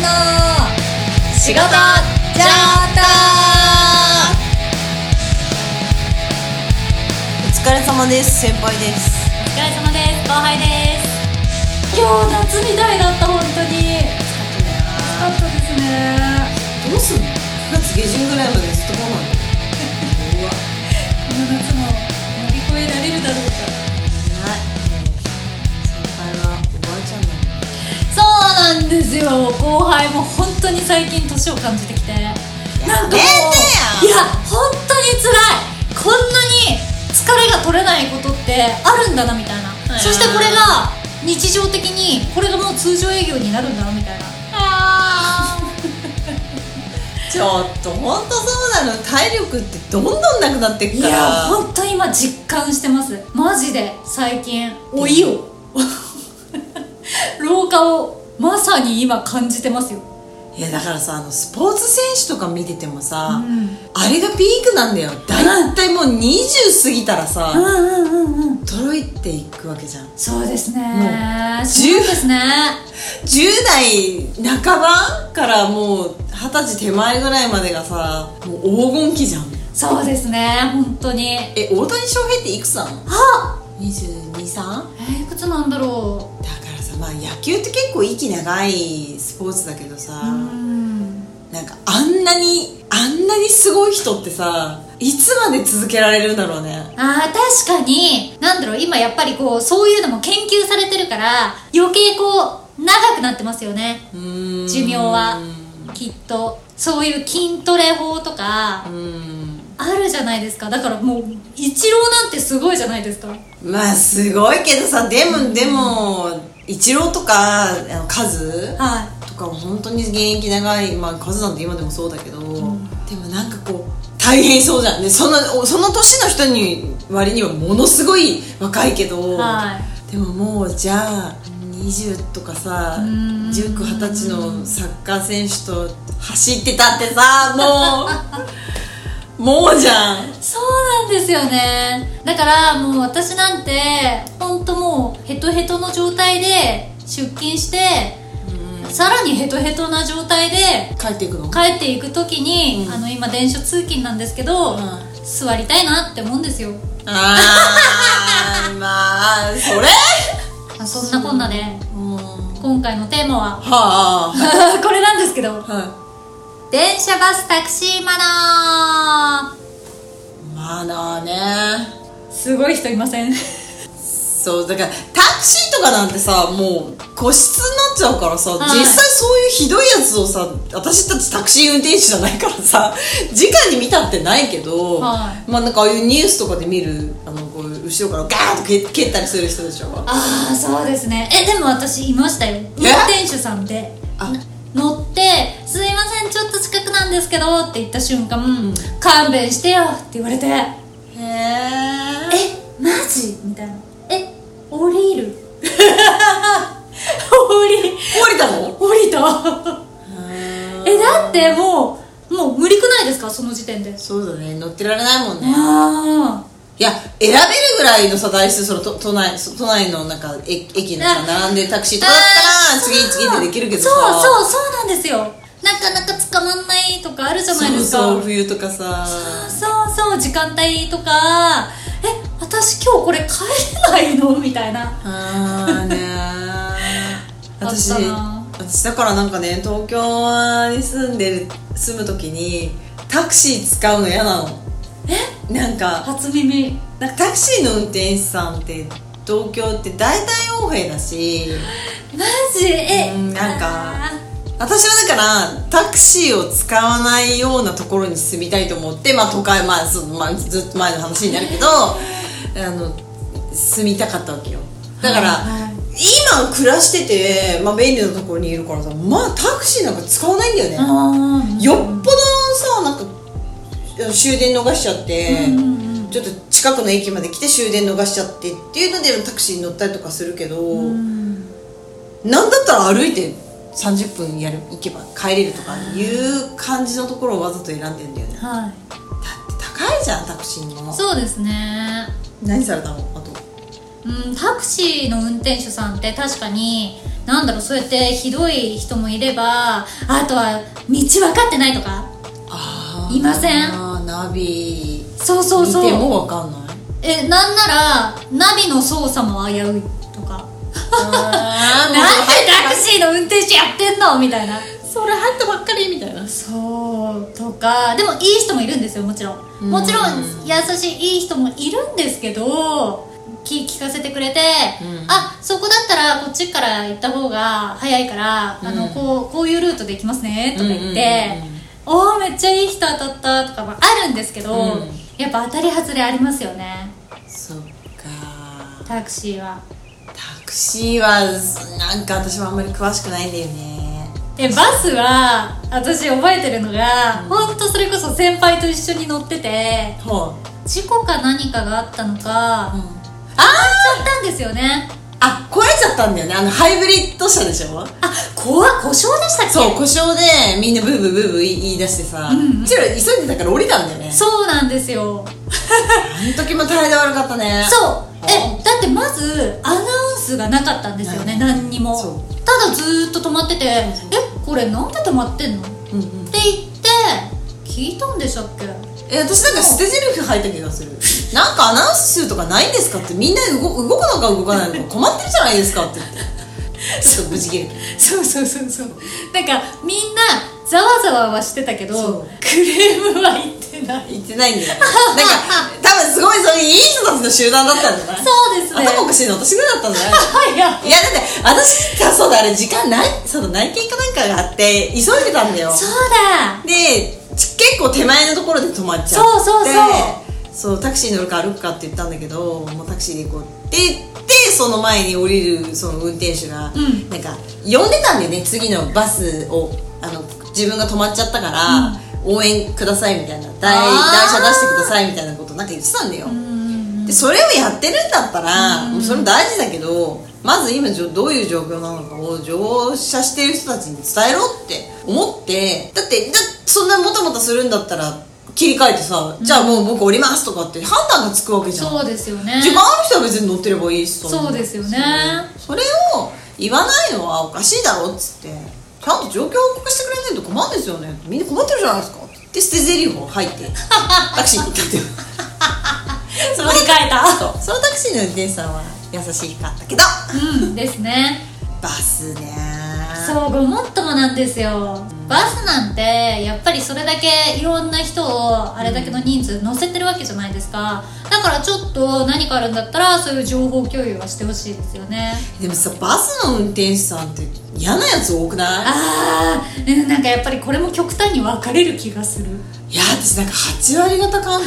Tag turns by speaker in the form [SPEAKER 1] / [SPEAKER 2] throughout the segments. [SPEAKER 1] の仕事ちょっ
[SPEAKER 2] お疲れ様です先輩です
[SPEAKER 1] とお疲れ様です後輩です今日夏みたいだった本当に暑かったですね
[SPEAKER 2] どうすんの9月下旬ぐらいまでずっと我慢うわ
[SPEAKER 1] この夏も乗り越えられるだろうか
[SPEAKER 2] ない先輩はおばあちゃん
[SPEAKER 1] そうなん
[SPEAKER 2] なの
[SPEAKER 1] ですよ後輩も本当に最近年を感じてきてなんかもう
[SPEAKER 2] やめてよ
[SPEAKER 1] いや本当に辛いこんなに疲れが取れないことってあるんだなみたいな
[SPEAKER 2] うん
[SPEAKER 1] そしてこれが日常的にこれがもう通常営業になるんだなみたいなあ
[SPEAKER 2] ちょっとほんとそうなの体力ってどんどんなくなって
[SPEAKER 1] い
[SPEAKER 2] くから
[SPEAKER 1] や本当今実感してますマジで最近老いを 老化をまさに今感じてますよ、
[SPEAKER 2] いやだからさあのスポーツ選手とか見ててもさ、
[SPEAKER 1] うん
[SPEAKER 2] あれがピークなんだよだいたいもう20過ぎたらさ、
[SPEAKER 1] うんうんうんうん
[SPEAKER 2] 衰えていくわけじゃん
[SPEAKER 1] そうです
[SPEAKER 2] も
[SPEAKER 1] ね。
[SPEAKER 2] う
[SPEAKER 1] そうですね。
[SPEAKER 2] 10代半ばからもう二十歳手前ぐらいまでがさもう黄金期じゃん
[SPEAKER 1] そうですね。本当に。え、
[SPEAKER 2] え大谷翔平っていくつなの
[SPEAKER 1] あ
[SPEAKER 2] ?223? だ
[SPEAKER 1] いくつなんだろ
[SPEAKER 2] からさまあ野球って結構息長いスポーツだけどさ、
[SPEAKER 1] う。うん。
[SPEAKER 2] なんかあんなにあんなにすごい人ってさいつまで続けられるんだろうね
[SPEAKER 1] ああ、確かに。なんだろう。今やっぱりこう、そういうのも研究されてるから、余計こう、長くなってますよね。
[SPEAKER 2] うーん
[SPEAKER 1] 寿命は。きっと。そういう筋トレ法と
[SPEAKER 2] う
[SPEAKER 1] か、
[SPEAKER 2] ーん
[SPEAKER 1] あるじゃないですか。だからもう、一郎なんてすごいじゃないですか。
[SPEAKER 2] まあすごいけどさでもでもイチローとかあのカズ
[SPEAKER 1] はい。
[SPEAKER 2] とかも本当に現役長いまあカズなんて今でもそうだけど、でもなんかこう大変そうじゃんねそのその年の人に割にはものすごい若いけど、
[SPEAKER 1] は
[SPEAKER 2] でももうじゃあ20とかさ
[SPEAKER 1] うん
[SPEAKER 2] 1920歳のサッカー選手と走ってたってさも うもうじゃん
[SPEAKER 1] そうなんですよねだからもう私なんてほんともうヘトヘトの状態で出勤してさらにヘトヘトな状態で
[SPEAKER 2] 帰っていくの
[SPEAKER 1] 帰っていく時に、
[SPEAKER 2] うん
[SPEAKER 1] あの今電車通勤なんですけど、
[SPEAKER 2] うん
[SPEAKER 1] 座りたいなって思うんですよ
[SPEAKER 2] あーまあそれ
[SPEAKER 1] あそんなこんなで
[SPEAKER 2] うん
[SPEAKER 1] 今回のテーマ は
[SPEAKER 2] はあ
[SPEAKER 1] これなんですけど
[SPEAKER 2] は
[SPEAKER 1] 電車バスタクシーマナ
[SPEAKER 2] いまあなあね
[SPEAKER 1] ーすごい人いません
[SPEAKER 2] そうだからタクシーとかなんてさもう個室になっちゃうからさ、
[SPEAKER 1] はい
[SPEAKER 2] 実際そういうひどいやつをさ私たちタクシー運転手じゃないからさ 直に見たってないけど、
[SPEAKER 1] は
[SPEAKER 2] まあなんかああいうニュースとかで見るあのこう後ろからガーンと蹴蹴ったりする人でしょ
[SPEAKER 1] ああそうですねえでも私いましたよ運転手さんで
[SPEAKER 2] あ
[SPEAKER 1] 乗って「すいませんちょっと近くなんですけど」って言った瞬間「勘弁してよ」って言われて「え
[SPEAKER 2] へえ
[SPEAKER 1] マジ?」みたいな「え降りる? 」 降り
[SPEAKER 2] 降りたの
[SPEAKER 1] 降りたえだってもうもう無理くないですかその時点で
[SPEAKER 2] そうだね乗ってられないもんね
[SPEAKER 1] ああ
[SPEAKER 2] いや選べるぐらいのさ台数その都都内そ都内のなんか駅駅のさ
[SPEAKER 1] あ
[SPEAKER 2] 並んでるタクシーとかだったら次々ってできるけどさ
[SPEAKER 1] そうそうそうなんですよなかなか捕まんないとかあるじゃないですか
[SPEAKER 2] そうそう冬とかさ
[SPEAKER 1] そうそう時間帯とかえ私今日これ帰れないのみたいな
[SPEAKER 2] あーねー
[SPEAKER 1] あっ
[SPEAKER 2] 私
[SPEAKER 1] たな
[SPEAKER 2] 私だからなんかね東京に住んでる住む時にタクシー使うの嫌なのえなんか
[SPEAKER 1] 初耳
[SPEAKER 2] なんかタクシーの運転手さんって東京って大体横兵だし
[SPEAKER 1] マジえ
[SPEAKER 2] うんなんか
[SPEAKER 1] あ
[SPEAKER 2] 私はだからタクシーを使わないようなところに住みたいと思ってまあ都会まあそのまあずっと前の話になるけどあの住みたかったわけよだから、
[SPEAKER 1] はいはい
[SPEAKER 2] 今暮らしてて、まあ、便利なところにいるからさまあタクシーなんか使わないんだよね、
[SPEAKER 1] あー
[SPEAKER 2] よっぽどさなんか終電逃しちゃって、
[SPEAKER 1] うんうんうん
[SPEAKER 2] ちょっと近くの駅まで来て終電逃しちゃってっていうのでタクシーに乗ったりとかするけど、
[SPEAKER 1] うん
[SPEAKER 2] なんだったら歩いて30分やる行けば帰れるとかいう感じのところをわざと選んでんだよね
[SPEAKER 1] は
[SPEAKER 2] だって高いじゃんタクシーも
[SPEAKER 1] いそうですね
[SPEAKER 2] 何されたのあと
[SPEAKER 1] うんタクシーの運転手さんって確かになんだろうそうやってひどい人もいればあとは道分かってないとか
[SPEAKER 2] あ
[SPEAKER 1] いません
[SPEAKER 2] あーナビ
[SPEAKER 1] そうそう
[SPEAKER 2] 見
[SPEAKER 1] そう
[SPEAKER 2] てもわかんない
[SPEAKER 1] えなんならナビの操作も危ういとか
[SPEAKER 2] あ
[SPEAKER 1] なん
[SPEAKER 2] ー
[SPEAKER 1] で
[SPEAKER 2] もう
[SPEAKER 1] タクシーの運転手やってんのみたいな
[SPEAKER 2] それ入ったばっかりみたいな
[SPEAKER 1] そうとかでもいい人もいるんですよもちろんもちろん
[SPEAKER 2] うん
[SPEAKER 1] 優しいいい人もいるんですけどき聞かせてくれて、
[SPEAKER 2] うん
[SPEAKER 1] あそこだったらこっちから行った方が早いから、あの
[SPEAKER 2] うん
[SPEAKER 1] こうこういうルートで行きますねとか言って、
[SPEAKER 2] うんうんうんうん
[SPEAKER 1] おおめっちゃいい人当たったとかもあるんですけど、
[SPEAKER 2] うん
[SPEAKER 1] やっぱ当たり外れありますよね
[SPEAKER 2] そっか
[SPEAKER 1] タクシーは
[SPEAKER 2] タクシーはなんか私もあんまり詳しくないんだよね
[SPEAKER 1] でバスは私覚えてるのが、ほんとそれこそ先輩と一緒に乗ってて
[SPEAKER 2] ほう
[SPEAKER 1] 事故か何かがあったのか、
[SPEAKER 2] うん
[SPEAKER 1] 買ったんですよね
[SPEAKER 2] あ壊れちゃったんだよねあのハイブリッド車でしょ
[SPEAKER 1] あこわ故障でしたっけ
[SPEAKER 2] そう故障でみんなブーブーブーブー言い出してさ、
[SPEAKER 1] うんうん
[SPEAKER 2] うちら急いでたから降りたんだよね
[SPEAKER 1] そうなんですよ
[SPEAKER 2] あの時も態度悪かったね
[SPEAKER 1] そう
[SPEAKER 2] う
[SPEAKER 1] えだってまずアナウンスがなかったんですよね、
[SPEAKER 2] うん
[SPEAKER 1] 何にも
[SPEAKER 2] そ
[SPEAKER 1] ただずーっと止まってて「えこれなんで止まってんの?」って
[SPEAKER 2] う、うんうん、
[SPEAKER 1] 言って聞いたんでしたっけ
[SPEAKER 2] え私なんか捨てゼルフ履いた気がするなんかアナウンスするとかないんですかってみんな動動くのか動かないのか困ってるじゃないですかって言ってちょっと無事切れた
[SPEAKER 1] そうそうそうそうなんかみんなざわざわはしてたけ
[SPEAKER 2] そ
[SPEAKER 1] ど
[SPEAKER 2] う
[SPEAKER 1] クレームは言ってない
[SPEAKER 2] 言ってないんだよねなんか多分すごいそういういい人たちの集団だったんじゃない
[SPEAKER 1] そうですね
[SPEAKER 2] 頭おかしいの私ぐらいだったんじゃない
[SPEAKER 1] はいや
[SPEAKER 2] いやだって私さそうだあれ時間ないその内見かなんかがあって急いでたんだよ
[SPEAKER 1] そうだ
[SPEAKER 2] でち結構手前のところで止まっちゃって
[SPEAKER 1] そうそう
[SPEAKER 2] そうタクシー乗るか歩くかって言ったんだけどもうタクシーで行こうって言ってその前に降りるその運転手が、
[SPEAKER 1] うん
[SPEAKER 2] なんか呼んでたんだよね次のバスをあの自分が止まっちゃったから、応援くださいみたいな台台
[SPEAKER 1] あー
[SPEAKER 2] 車出してくださいみたいなことなんか言ってたんだよ、
[SPEAKER 1] うん
[SPEAKER 2] でそれをやってるんだったら、もうそれも大事だけどまず今じょどういう状況なのかを乗車してる人たちに伝えろって思ってだってだそんなもたもたするんだったら切り替えてさ、じゃあもう僕降りますとかって判断がつくわけじゃん
[SPEAKER 1] そうですよね
[SPEAKER 2] 時間ある人は別に乗ってればいいしさ
[SPEAKER 1] そうですよね
[SPEAKER 2] そうそれを言わないのはおかしいだろっつってちゃんと状況を報告してくれないと困るんですよねみんな困ってるじゃないですかって捨てゼリフを吐いてタクシーに行ったっていう
[SPEAKER 1] そこに変えた
[SPEAKER 2] そうそのタクシーの運転手さんは優しかったけど
[SPEAKER 1] うんですね
[SPEAKER 2] バスね
[SPEAKER 1] そうごもっともなんですよバスなんてやっぱりそれだけいろんな人をあれだけの人数乗せてるわけじゃないですかだからちょっと何かあるんだったらそういう情報共有はしてほしいですよね
[SPEAKER 2] でもさバスの運転手さんって嫌なやつ多くない
[SPEAKER 1] あーうんなんかやっぱりこれも極端に分かれる気がする
[SPEAKER 2] いや私なんか8割方感感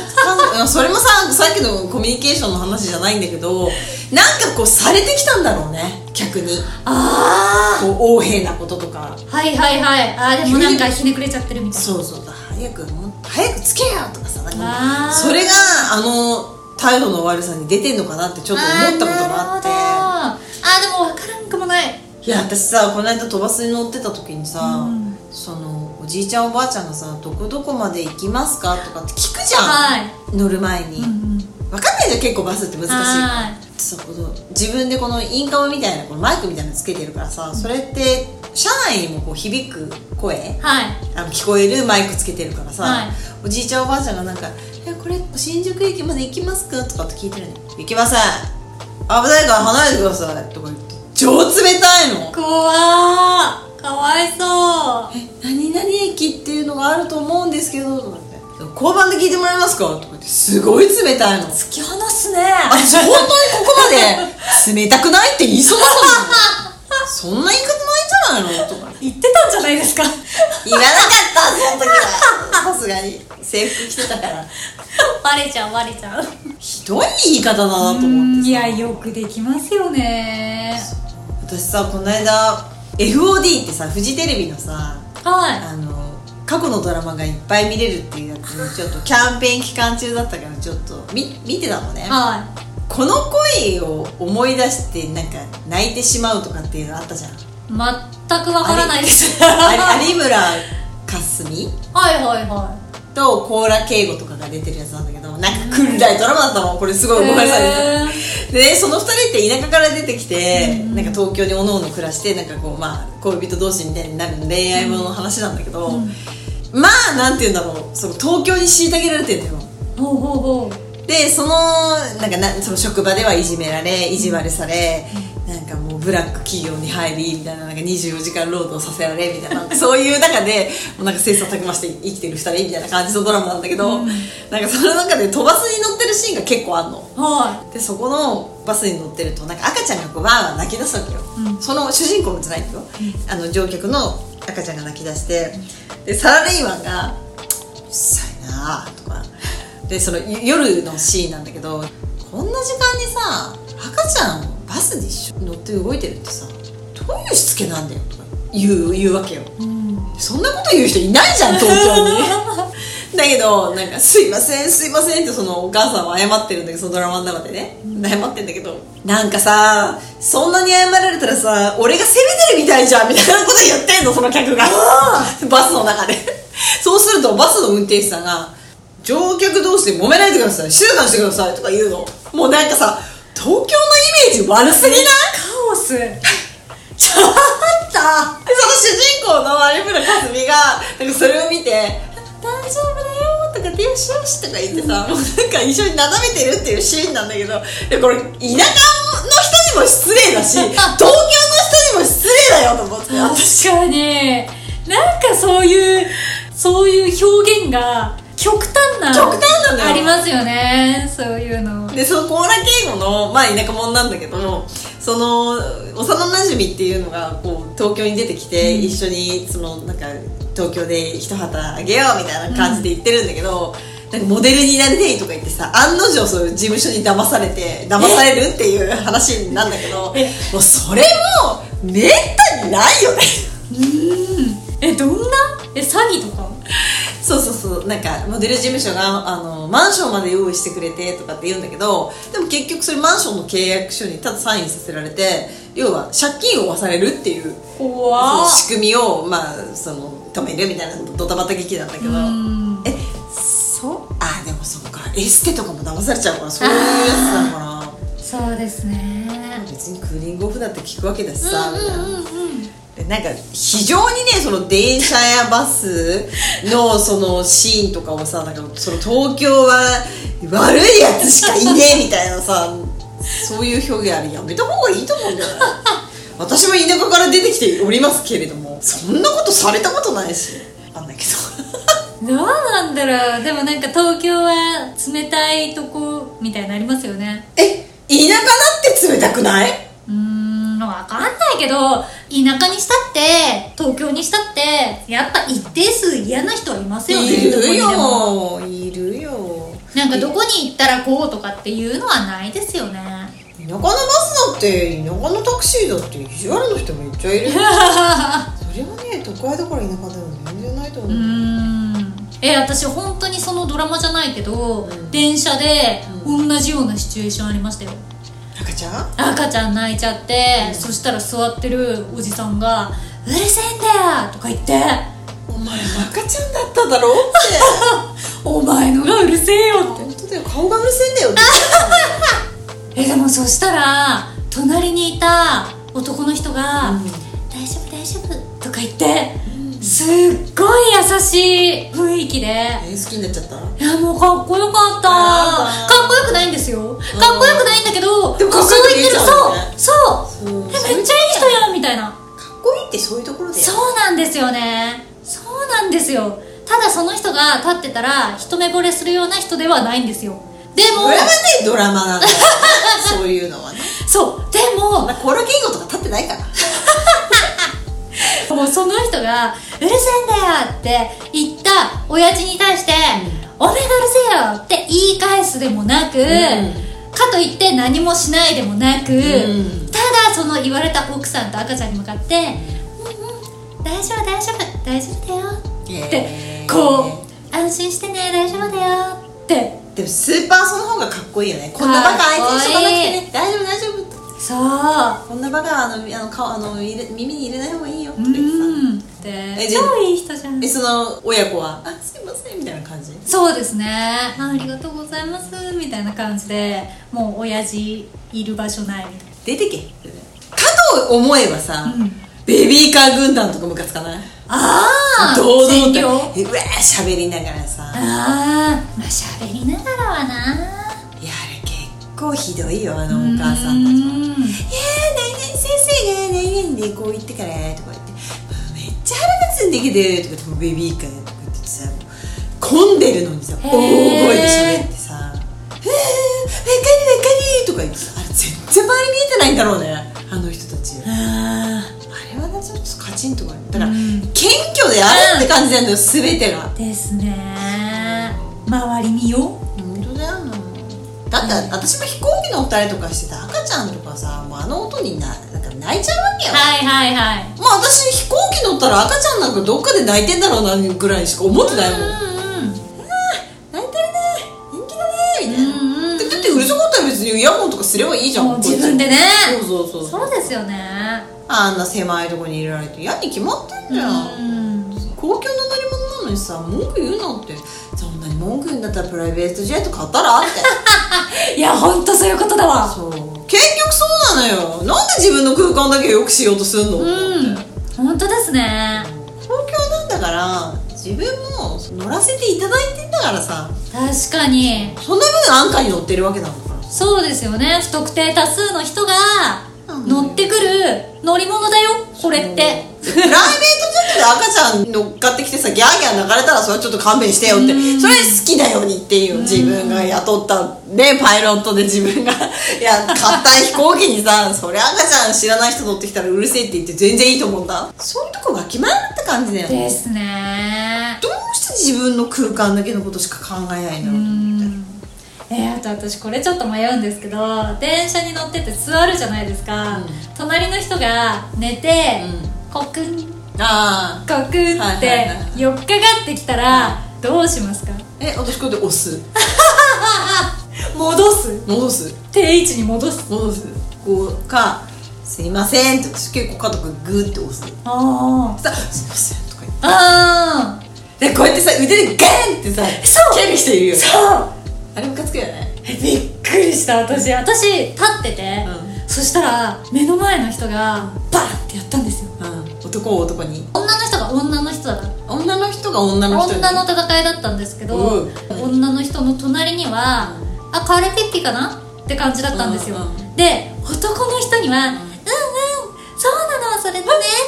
[SPEAKER 2] じうんそれもささっきのコミュニケーションの話じゃないんだけどなんかこうされてきたんだろうね客に
[SPEAKER 1] あ
[SPEAKER 2] こう横柄なこととか
[SPEAKER 1] あはいはいはいあーでもなんかひねくれちゃってるみたいな
[SPEAKER 2] そうそう早くもっと早くつけよとかさなん
[SPEAKER 1] あ
[SPEAKER 2] か
[SPEAKER 1] ー
[SPEAKER 2] それがあの態度の悪さに出てんのかなってちょっと思ったこともあって
[SPEAKER 1] あーなるほどあーでも分からんくもない
[SPEAKER 2] いや私さこの間飛ばすに乗ってた時にさ、
[SPEAKER 1] うん
[SPEAKER 2] そのおじいちゃんおばあちゃんがさ「どこどこまで行きますか?」とかって聞くじゃん、
[SPEAKER 1] はい
[SPEAKER 2] 乗る前に、
[SPEAKER 1] うんうん
[SPEAKER 2] 分かんないじゃん結構バスって難しいから
[SPEAKER 1] はい
[SPEAKER 2] さこの自分でこのインカムみたいなこのマイクみたいなのつけてるからさそれって車内にもこう響く声、
[SPEAKER 1] はい
[SPEAKER 2] あの聞こえるマイクつけてるからさ、
[SPEAKER 1] はい
[SPEAKER 2] おじいちゃんおばあちゃんがなんか「えこれ新宿駅まで行きますか?」とかって聞いてるの「行きません危ないから離れてください」とか言って超冷たいの
[SPEAKER 1] 怖ーかわいそう
[SPEAKER 2] 「何々駅っていうのがあると思うんですけど」とかって「交番で聞いてもらえますか?」とか言ってすごい冷たいの
[SPEAKER 1] 突き放すね
[SPEAKER 2] 私本当にここまで冷たくないって言いそうだったのそんな言い方ないんじゃないのとか
[SPEAKER 1] 言ってたんじゃないですか
[SPEAKER 2] 言わなかったその時はさすがに制服着てたから
[SPEAKER 1] バレちゃうバレちゃう
[SPEAKER 2] ひどい言い方だなと思って
[SPEAKER 1] いやよくできますよね
[SPEAKER 2] 私さこの間 FOD ってさフジテレビのさ
[SPEAKER 1] は
[SPEAKER 2] あの過去のドラマがいっぱい見れるっていうやつにちょっとキャンペーン期間中だったからちょっと見見てたのね
[SPEAKER 1] いは
[SPEAKER 2] この恋を思い出してなんか泣いてしまうとかっていうのあったじゃん
[SPEAKER 1] い全くわからないです
[SPEAKER 2] あ
[SPEAKER 1] は
[SPEAKER 2] れ有村架純
[SPEAKER 1] いはいはい
[SPEAKER 2] と高良圭吾とかが出てるやつなんだけどなんか暗いドラマだったもんこれすごいごめんなさいですでねその2人って田舎から出てきて、なんか東京におのおの暮らしてなんかこう、まあ、恋人同士みたいになる恋愛ものの話なんだけど、まあなんて言うんだろうその東京に虐げられてんのよ
[SPEAKER 1] ほうほうほう
[SPEAKER 2] でそのなんかなその職場ではいじめられ意地悪され、なんかもうブラック企業に入りみたいななんか24時間労働させられみたいなそういう中でもうなんか切磋琢磨して生きてる2人みたいな感じのドラマなんだけど、なんかその中で飛ばすに乗ってるシーンが結構あんの。
[SPEAKER 1] は
[SPEAKER 2] でそこのバスに乗ってるとなんか赤ちゃんがこうわーわー泣き出すわけよ、その主人公のじゃないよ、あの乗客の赤ちゃんが泣き出してでサラリーマンが「うるさいなあ」とかでそのよ夜のシーンなんだけどこんな時間にさ赤ちゃんバスに一緒に乗って動いてるってさどういうしつけなんだよとか言う言うわけよ、
[SPEAKER 1] い、うん、
[SPEAKER 2] そんなこと言う人いないじゃん東京に だけどなんか「すいませんすいません」ってそのお母さんは謝ってるんだけどそのドラマの中でね謝ってんだけどなんかさそんなに謝られたらさ俺が責めてるみたいじゃんみたいなこと言ってんのその客がバスの中でそうするとバスの運転手さんが「乗客同士で揉めないでください静かにしてください」とか言うのもうなんかさ東京のイメージ悪すぎない
[SPEAKER 1] カオス
[SPEAKER 2] ちょっとその主人公の有村架純がなんかそれを見て「大丈夫だよ」とか「でよしよし」とか言ってさ、もうなんか一緒に斜めてるっていうシーンなんだけどでこれ田舎の人にも失礼 だし東京の人にも失礼だよと思って
[SPEAKER 1] 確かになんかそういうそういう表現が極端な
[SPEAKER 2] 極端なのよ
[SPEAKER 1] ありますよねそういうの
[SPEAKER 2] でそのコーラ敬語の、まあ、田舎者なんだけどその幼なじみっていうのがこう東京に出てきて、一緒にそのなんか東京で一旗あげようみたいな感じで言ってるんだけど、なんかモデルになりたいとか言ってさ案の定そういう事務所に騙されて騙されるっていう話なんだけども
[SPEAKER 1] え
[SPEAKER 2] うそれもめったにないよね
[SPEAKER 1] えどんなえ詐欺とか
[SPEAKER 2] そうそうそうなんかモデル事務所があのマンションまで用意してくれてとかって言うんだけどでも結局それマンションの契約書にただサインさせられて要は借金を負わされるっていうそ
[SPEAKER 1] 怖
[SPEAKER 2] の
[SPEAKER 1] っ
[SPEAKER 2] 仕組みを、まあ、その止めるみたいなドタバタ劇なんだけど
[SPEAKER 1] うん
[SPEAKER 2] えそうあでもそっかエステとかも騙されちゃうからそういうやつなのかな
[SPEAKER 1] そうですね
[SPEAKER 2] 別にクーリングオフだって聞くわけだしさ、みたいな
[SPEAKER 1] うんうんうん
[SPEAKER 2] でなんか非常にねその電車やバスのそのシーンとかをさなんかその東京は悪いやつしかいねえみたいなさそういう表現あれやめた方がいいと思うんだよね私も田舎から出てきておりますけれどもそんなことされたことないしあんだけど
[SPEAKER 1] ど うなんだろうでもなんか東京は冷たいとこみたいになりますよね
[SPEAKER 2] え田舎だって冷たくないう
[SPEAKER 1] ーんわかんないけど田舎にしたって東京にしたってやっぱ一定数嫌な人はいますよね
[SPEAKER 2] い
[SPEAKER 1] どこ
[SPEAKER 2] る
[SPEAKER 1] にでも
[SPEAKER 2] よいるよ
[SPEAKER 1] なんかどこに行ったらこうとかっていうのはないですよね
[SPEAKER 2] 田舎のバスだって田舎のタクシーだって意地悪の人もいっち ゃいるよそれはね都会だから田舎でも全然ないと思
[SPEAKER 1] うー
[SPEAKER 2] う、
[SPEAKER 1] んえ私本当にそのドラマじゃないけど、電車で同じようなシチュエーションありましたよ
[SPEAKER 2] 赤ちゃん
[SPEAKER 1] 赤ちゃん泣いちゃって、そしたら座ってるおじさんが「うるせえんだよ!」とか言って
[SPEAKER 2] お前赤ちゃんだっただろうって
[SPEAKER 1] 「お前のがうるせえよ!」って
[SPEAKER 2] 本当だよ顔がうるせえ んだよって
[SPEAKER 1] えでもそしたら隣にいた男の人が「
[SPEAKER 2] うん
[SPEAKER 1] 大丈夫大丈夫」とか言って、すっごい優しい雰囲気で
[SPEAKER 2] え好きになっちゃった
[SPEAKER 1] いやもうかっこよかった
[SPEAKER 2] あー
[SPEAKER 1] かっこよくないんですよかっこよくないんだけど
[SPEAKER 2] でもかっこよく見えちゃうよね
[SPEAKER 1] そうそう
[SPEAKER 2] そう
[SPEAKER 1] えめっちゃいい人やんみたいな
[SPEAKER 2] かっこいいってそういうところだよ
[SPEAKER 1] そうなんですよねそうなんですよただその人が立ってたら一目惚れするような人ではないんですよで
[SPEAKER 2] こ
[SPEAKER 1] も
[SPEAKER 2] れはねドラマなんだよそういうのはね
[SPEAKER 1] そうでも
[SPEAKER 2] まあコーラ言語とか立ってないから
[SPEAKER 1] もうその人が「うるせえんだよ!」って言った親父に対して「おめえがうるせえよ!」って言い返すでもなく、
[SPEAKER 2] ん
[SPEAKER 1] かといって何もしないでもなく、
[SPEAKER 2] ん
[SPEAKER 1] ただその言われた奥さんと赤ちゃんに向かって「うんうん大丈夫大丈夫大丈夫だよ」って
[SPEAKER 2] へ ー
[SPEAKER 1] こう「安心してね大丈夫だよ」って
[SPEAKER 2] でもスーパーその方がかっこいいよねこんなバカ相手にしとかなくてね大丈夫大丈夫
[SPEAKER 1] そう
[SPEAKER 2] こんなバカあのあの顔あの入れ耳に入れない方がいいよって
[SPEAKER 1] う
[SPEAKER 2] 言ってさ
[SPEAKER 1] んって
[SPEAKER 2] えじゃあ
[SPEAKER 1] 超いい人じゃん
[SPEAKER 2] えその親子は「あすいません」みたいな感じ
[SPEAKER 1] そうですねあありがとうございますみたいな感じでもう親父いる場所ないみたいな
[SPEAKER 2] 出てけかと思えばさ、
[SPEAKER 1] うん
[SPEAKER 2] ベビーカー軍団とかムカつかない
[SPEAKER 1] ああ
[SPEAKER 2] 堂々
[SPEAKER 1] 占領
[SPEAKER 2] とうわーしゃべりながらさ
[SPEAKER 1] ああまあしゃべりながらはない
[SPEAKER 2] やあれ結構ひどいよあのお母さんたちも「いやー何々先生が何々でこう言ってから」とか言って「めっちゃ腹立つんだけど」とか言ってベビーカーとか言ってさもう混んでるのにさ
[SPEAKER 1] へー
[SPEAKER 2] 大声で喋ってさ「えー、わかるわかる」とか言ってさあれ全然周り見えてないんだろうねあの人たちあ
[SPEAKER 1] あ
[SPEAKER 2] れはなちょっとカチンとかだから、
[SPEAKER 1] うん
[SPEAKER 2] 謙虚であるって感じなんだよ全てが
[SPEAKER 1] あですね周り見よう
[SPEAKER 2] 本当だよなだって私も飛行機乗ったりとかしてた赤ちゃんとかさもうあの音にななんか泣いちゃうわけよ、
[SPEAKER 1] はいはいはい
[SPEAKER 2] もう私飛行機乗ったら赤ちゃんなんかどっかで泣いてんだろうなぐらいしか思ってないもん、
[SPEAKER 1] うんうん
[SPEAKER 2] 泣いてるね人気だねみたいな、
[SPEAKER 1] うんうん
[SPEAKER 2] だってうるさかったら別にイヤホンとかすればいいじゃん
[SPEAKER 1] もう
[SPEAKER 2] こいつ
[SPEAKER 1] 自分でね
[SPEAKER 2] そうそうそう
[SPEAKER 1] そうですよね
[SPEAKER 2] あんな狭いとこに入れられて嫌に決まってん
[SPEAKER 1] う
[SPEAKER 2] じゃん、
[SPEAKER 1] ん
[SPEAKER 2] 公共の乗り物なのにさ文句言うなってそんなに文句言うんだったらプライベートジェット買っ たらって
[SPEAKER 1] いやほんとそういうことだわ
[SPEAKER 2] そう結局そうなのよなんで自分の空間だけ良くしようとするの、
[SPEAKER 1] うんほんとですね
[SPEAKER 2] 東京なんだから自分も乗らせていただいてんだからさ
[SPEAKER 1] 確かに
[SPEAKER 2] その分安価に乗ってるわけなんだから
[SPEAKER 1] そうですよね不特定多数の人が
[SPEAKER 2] うん
[SPEAKER 1] 乗ってくる乗り物だよこれって
[SPEAKER 2] プライベートジェットで赤ちゃん乗っかってきてさギャーギャー泣かれたらそれはちょっと勘弁してよってそれ好きだよにっていう自分が雇ったねパイロットで自分がいや買った飛行機に さそれ赤ちゃん知らない人乗ってきたらうるせえって言って全然いいと思うんだそういうとこが決まるって感じだよね
[SPEAKER 1] ですね
[SPEAKER 2] どうして自分の空間だけのことしか考えないんだろうと思って
[SPEAKER 1] えー、あと私これちょっと迷うんですけど電車に乗ってて座るじゃないですか、
[SPEAKER 2] うん
[SPEAKER 1] 隣の人が寝て、
[SPEAKER 2] う
[SPEAKER 1] コクン
[SPEAKER 2] ああ
[SPEAKER 1] コクン
[SPEAKER 2] はい
[SPEAKER 1] っ
[SPEAKER 2] はい
[SPEAKER 1] て
[SPEAKER 2] はい
[SPEAKER 1] 寄っかかってきたらどうしますか
[SPEAKER 2] え私こうやって押す
[SPEAKER 1] 戻す
[SPEAKER 2] 戻す
[SPEAKER 1] 定位置に戻す
[SPEAKER 2] 戻すこうか「すいません」と私結構家族グーって押す
[SPEAKER 1] あー
[SPEAKER 2] さ「すいません」とか言って
[SPEAKER 1] あ
[SPEAKER 2] でこうやってさ腕でガーンってさ
[SPEAKER 1] そう
[SPEAKER 2] 蹴る人いるよ
[SPEAKER 1] ーそう
[SPEAKER 2] あれムカつくよね
[SPEAKER 1] えびっくりした私私立ってて、
[SPEAKER 2] う
[SPEAKER 1] そしたら目の前の人がバンってやったんですよ
[SPEAKER 2] うん男を男に
[SPEAKER 1] 女の人が女の人だから
[SPEAKER 2] 女の人が女の人に
[SPEAKER 1] 女の戦いだったんですけど、
[SPEAKER 2] うん
[SPEAKER 1] 女の人の隣には「あカーレピッピかな?」って感じだったんですよ、
[SPEAKER 2] うんうん
[SPEAKER 1] で男の人には「うんうんそうなのそれでね」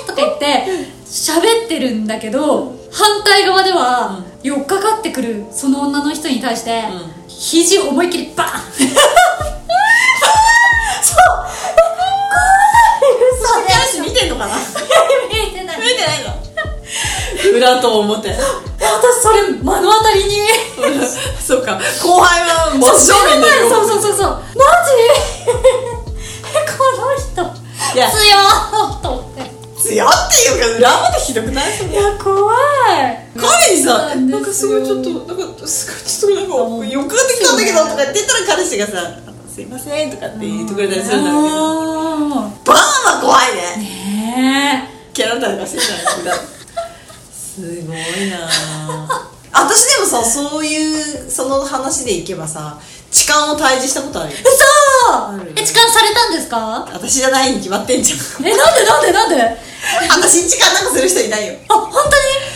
[SPEAKER 1] とか言って喋ってるんだけど反対側では寄っかかってくるその女の人に対して、
[SPEAKER 2] ん
[SPEAKER 1] 肘を思いっきりバンそうえ怖い
[SPEAKER 2] 手足見てんのかな
[SPEAKER 1] 見えてない
[SPEAKER 2] 見えてないの裏と 表
[SPEAKER 1] 私それ目の当たりに
[SPEAKER 2] そうか後輩は真正
[SPEAKER 1] そう
[SPEAKER 2] 面でよ
[SPEAKER 1] そうそうそうそうマジ この人
[SPEAKER 2] いや
[SPEAKER 1] 強っと思って
[SPEAKER 2] 強っていうか裏表ひどくない
[SPEAKER 1] いや怖い
[SPEAKER 2] 彼にさ、
[SPEAKER 1] そう
[SPEAKER 2] なん
[SPEAKER 1] で
[SPEAKER 2] か
[SPEAKER 1] す
[SPEAKER 2] す
[SPEAKER 1] よ
[SPEAKER 2] ごいちょっと、なんかすごいちょっとなんか、よくなってきたんだけどとか言ってたら彼氏がさ、すいませんとかって言ってくれたりするんだろうけど、
[SPEAKER 1] あ
[SPEAKER 2] バーンは怖いね。
[SPEAKER 1] ーね
[SPEAKER 2] キャラだらかしてたんだけど。すごいなぁ。私でもさ、そういう、その話でいけばさ、痴漢を退治したことあるよ
[SPEAKER 1] え嘘
[SPEAKER 2] るよ
[SPEAKER 1] え痴漢されたんですか
[SPEAKER 2] 私じゃないに決まってんじゃん。
[SPEAKER 1] えなんでなんでなんであ
[SPEAKER 2] 私に痴漢なんかする人いないよ。
[SPEAKER 1] 本当に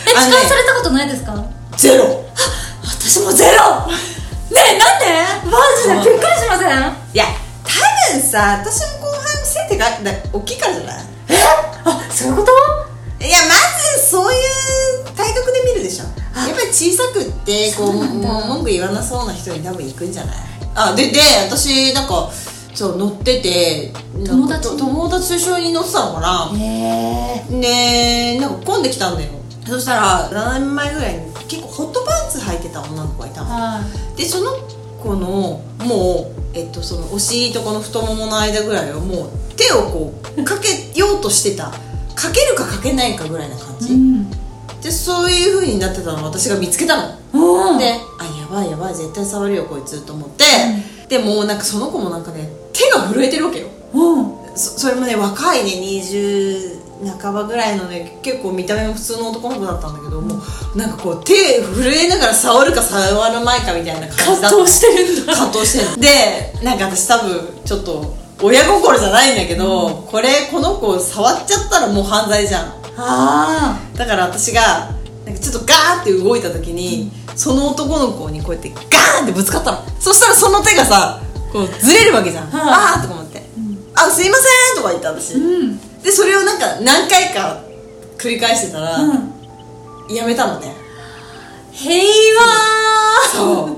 [SPEAKER 1] え痴
[SPEAKER 2] あの
[SPEAKER 1] 漢
[SPEAKER 2] ね
[SPEAKER 1] されたことないですか
[SPEAKER 2] ゼロ。
[SPEAKER 1] 私もゼロねえなんでマジでびっくりしません
[SPEAKER 2] いや、多分さ、私も後輩も背手がだ大きいからじゃない
[SPEAKER 1] えあそういうこと
[SPEAKER 2] いやまずそういう体格で見るでしょやっぱり小さくってこ
[SPEAKER 1] そ
[SPEAKER 2] う
[SPEAKER 1] うなんだ
[SPEAKER 2] もう文句言わなそうな人に多分行くんじゃないあでで私なんかそう乗っててなん
[SPEAKER 1] 友
[SPEAKER 2] か
[SPEAKER 1] 達
[SPEAKER 2] と友達と一緒に乗ってたのかな
[SPEAKER 1] へえ
[SPEAKER 2] でなんか混んできたんだよそしたら7年前ぐらいに結構ホットパンツ履いてた女の子がいたの
[SPEAKER 1] はい
[SPEAKER 2] でその子のもう、えっと、そのお尻とこの太ももの間ぐらいをもう手をこうかけようとしてたかけるかかけないかぐらいな感じ、
[SPEAKER 1] うん
[SPEAKER 2] でそういう風になってたのを私が見つけたの、
[SPEAKER 1] うん
[SPEAKER 2] であやばいやばい絶対触るよこいつと思って、でもなんかその子もなんかね手が震えてるわけよ
[SPEAKER 1] うん
[SPEAKER 2] そそれもね若いね20半ばぐらいのね結構見た目も普通の男の子だったんだけどもうなんかこう手震えながら触るか触らないかみたいな感じだった
[SPEAKER 1] 葛藤してるんだ
[SPEAKER 2] 葛藤してるでなんか私多分ちょっと親心じゃないんだけど、これこの子触っちゃったらもう犯罪じゃん
[SPEAKER 1] ああ
[SPEAKER 2] だから私がなんかちょっとガーって動いた時に、その男の子にこうやってガーンってぶつかったのそしたらその手がさこうずれるわけじゃん、
[SPEAKER 1] はい
[SPEAKER 2] ああーとか思って「あすいません」とか言った私、
[SPEAKER 1] うん
[SPEAKER 2] でそれをなんか何回か繰り返してたら、
[SPEAKER 1] うん
[SPEAKER 2] やめたのね
[SPEAKER 1] 平和
[SPEAKER 2] そう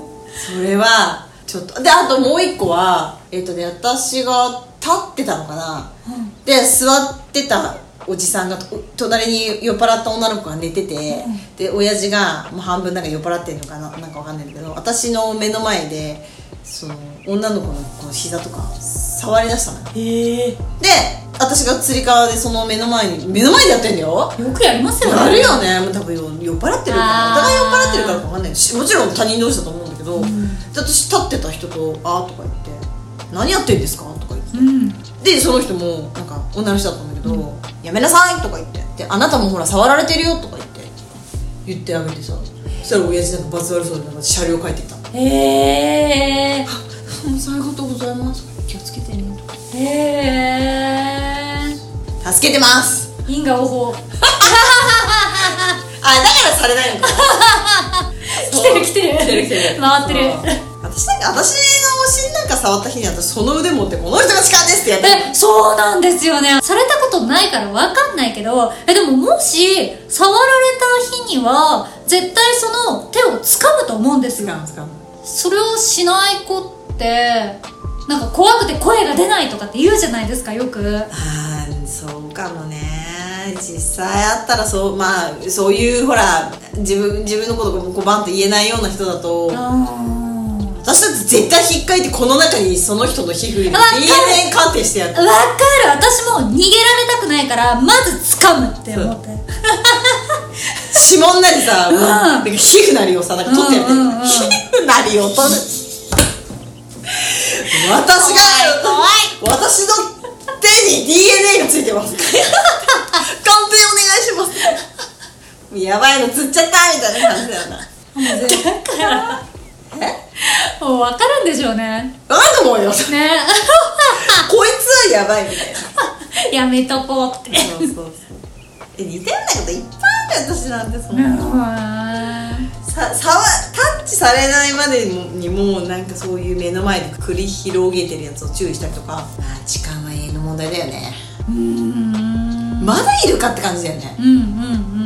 [SPEAKER 2] それはちょっとであともう一個はえっ、とね私が立ってたのかな、
[SPEAKER 1] うん
[SPEAKER 2] で座ってたおじさんがお隣に酔っ払った女の子が寝てて、で親父がもう半分なんか酔っ払ってるのかななんかわかんないんだけど私の目の前でその女の子のこの膝とか触り出したのよ
[SPEAKER 1] ええ
[SPEAKER 2] で私がつり革でその目の前に目の前でやってんだよ
[SPEAKER 1] よくやりますよね
[SPEAKER 2] あるよねもう多分酔っ払ってるか
[SPEAKER 1] あ
[SPEAKER 2] ら
[SPEAKER 1] ー
[SPEAKER 2] お互い酔っ払ってるからかわかんないしもちろん他人同士だと思うんだけど、で私立ってた人と「あ」とか言って「何やってんですか?」とか言って
[SPEAKER 1] うん
[SPEAKER 2] でその人もなんか女の人だったんだけど「やめなさい」とか言ってで「あなたもほら触られてるよ」とか言って言ってあげてさそしたら親父なんか罰悪そうでなんか車両帰ってきた「
[SPEAKER 1] ええ
[SPEAKER 2] ありがとうございます」気をつけてねとか
[SPEAKER 1] ええ
[SPEAKER 2] 「助けてます」
[SPEAKER 1] 因果応報
[SPEAKER 2] あだからされないのか
[SPEAKER 1] 来てる来てる
[SPEAKER 2] 来てる来てる
[SPEAKER 1] 回ってる
[SPEAKER 2] そう私なんか私のお尻なんか触った日に私その腕持ってこの人が痴漢ですってやって
[SPEAKER 1] えそうなんですよねされたことないからわかんないけどえでももし触られた日には絶対その手を掴むと思うんですよ
[SPEAKER 2] んですか
[SPEAKER 1] それをしない子ってなんか怖くて声が出ないとかって言うじゃないですかよく
[SPEAKER 2] あーそうかもね実際あったらそうまあそういうほら自分自分のことをこうバンと言えないような人だと
[SPEAKER 1] あー
[SPEAKER 2] 私だって絶対引っかいてこの中にその人の皮膚に DNA
[SPEAKER 1] わかる
[SPEAKER 2] 鑑定してやっ
[SPEAKER 1] わ
[SPEAKER 2] て
[SPEAKER 1] かる私も逃げられたくないからまず掴むって思って
[SPEAKER 2] 指紋なりさ、なんか皮膚なりをさなんか取ってやって、
[SPEAKER 1] うんうんうん
[SPEAKER 2] 皮膚なりを取る私が
[SPEAKER 1] 怖い
[SPEAKER 2] 私の手に DNA がついてます鑑定お願いしますやばいの釣っちゃったみたいな感じだよな
[SPEAKER 1] もう分かるんでしょうね
[SPEAKER 2] なんと思うよ
[SPEAKER 1] ね
[SPEAKER 2] こいつはやばいみたいな
[SPEAKER 1] やめとこうって
[SPEAKER 2] そうそうそうえ似たようなこといっぱいあるよ私なんてそん
[SPEAKER 1] う
[SPEAKER 2] な、
[SPEAKER 1] ん
[SPEAKER 2] さ触タッチされないまでにもうなんかそういう目の前で繰り広げてるやつを注意したりとかまあ時間は永遠の問題だよね
[SPEAKER 1] うん
[SPEAKER 2] まだいるかって感じだよね
[SPEAKER 1] うんうんう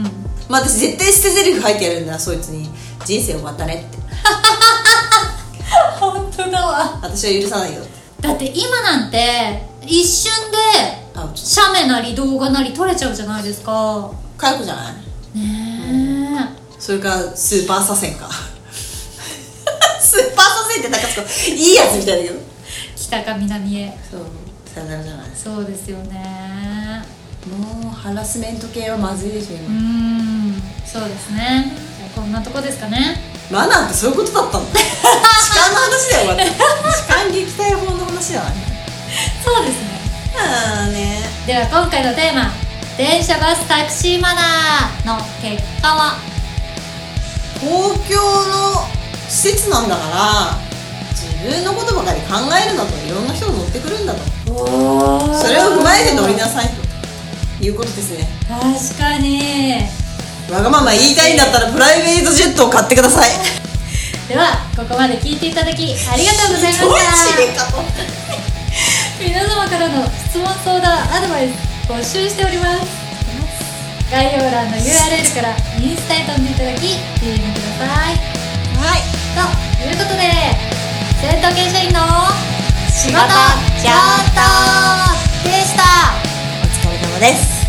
[SPEAKER 1] ん
[SPEAKER 2] まあ私絶対捨て台詞入ってやるんだそいつに人生終わったねって
[SPEAKER 1] 本当だわ
[SPEAKER 2] 私は許さないよって
[SPEAKER 1] だって今なんて一瞬で
[SPEAKER 2] あちょっ
[SPEAKER 1] 写メなり動画なり撮れちゃうじゃないですか
[SPEAKER 2] と解雇じゃない
[SPEAKER 1] ね
[SPEAKER 2] それかスーパー左遷か スーパー左遷ってなんかすごいいいやつみたいだけど
[SPEAKER 1] え北か南へ
[SPEAKER 2] そうさよならじゃないです
[SPEAKER 1] そうですよね
[SPEAKER 2] もうハラスメント系はまずいでしょ
[SPEAKER 1] う
[SPEAKER 2] 今
[SPEAKER 1] んそうですねじゃあこんなとこですかね
[SPEAKER 2] マナーってそういうことだったの痴漢の話だよ終わった痴漢撃退法の話だわね
[SPEAKER 1] そうですね
[SPEAKER 2] ああね
[SPEAKER 1] では今回のテーマ「電車バスタクシーマナー」の結果は
[SPEAKER 2] 公共の施設なんだから自分のことばかり考えるなといろんな人が乗ってくるんだとそれを踏まえて乗りなさいということですね
[SPEAKER 1] 確かに
[SPEAKER 2] わがまま言いたいんだったらプライベートジェットを買ってください
[SPEAKER 1] ではここまで聞いていただきありがとうございま
[SPEAKER 2] どっ
[SPEAKER 1] した
[SPEAKER 2] ちかと思った
[SPEAKER 1] 皆様からの質問相談アドバイス募集しております概要欄の URL からインスタへ飛んでいただき DM ください
[SPEAKER 2] はい
[SPEAKER 1] ということで戦闘研修員の仕事
[SPEAKER 2] 事
[SPEAKER 1] 上等でした
[SPEAKER 2] お疲れ様です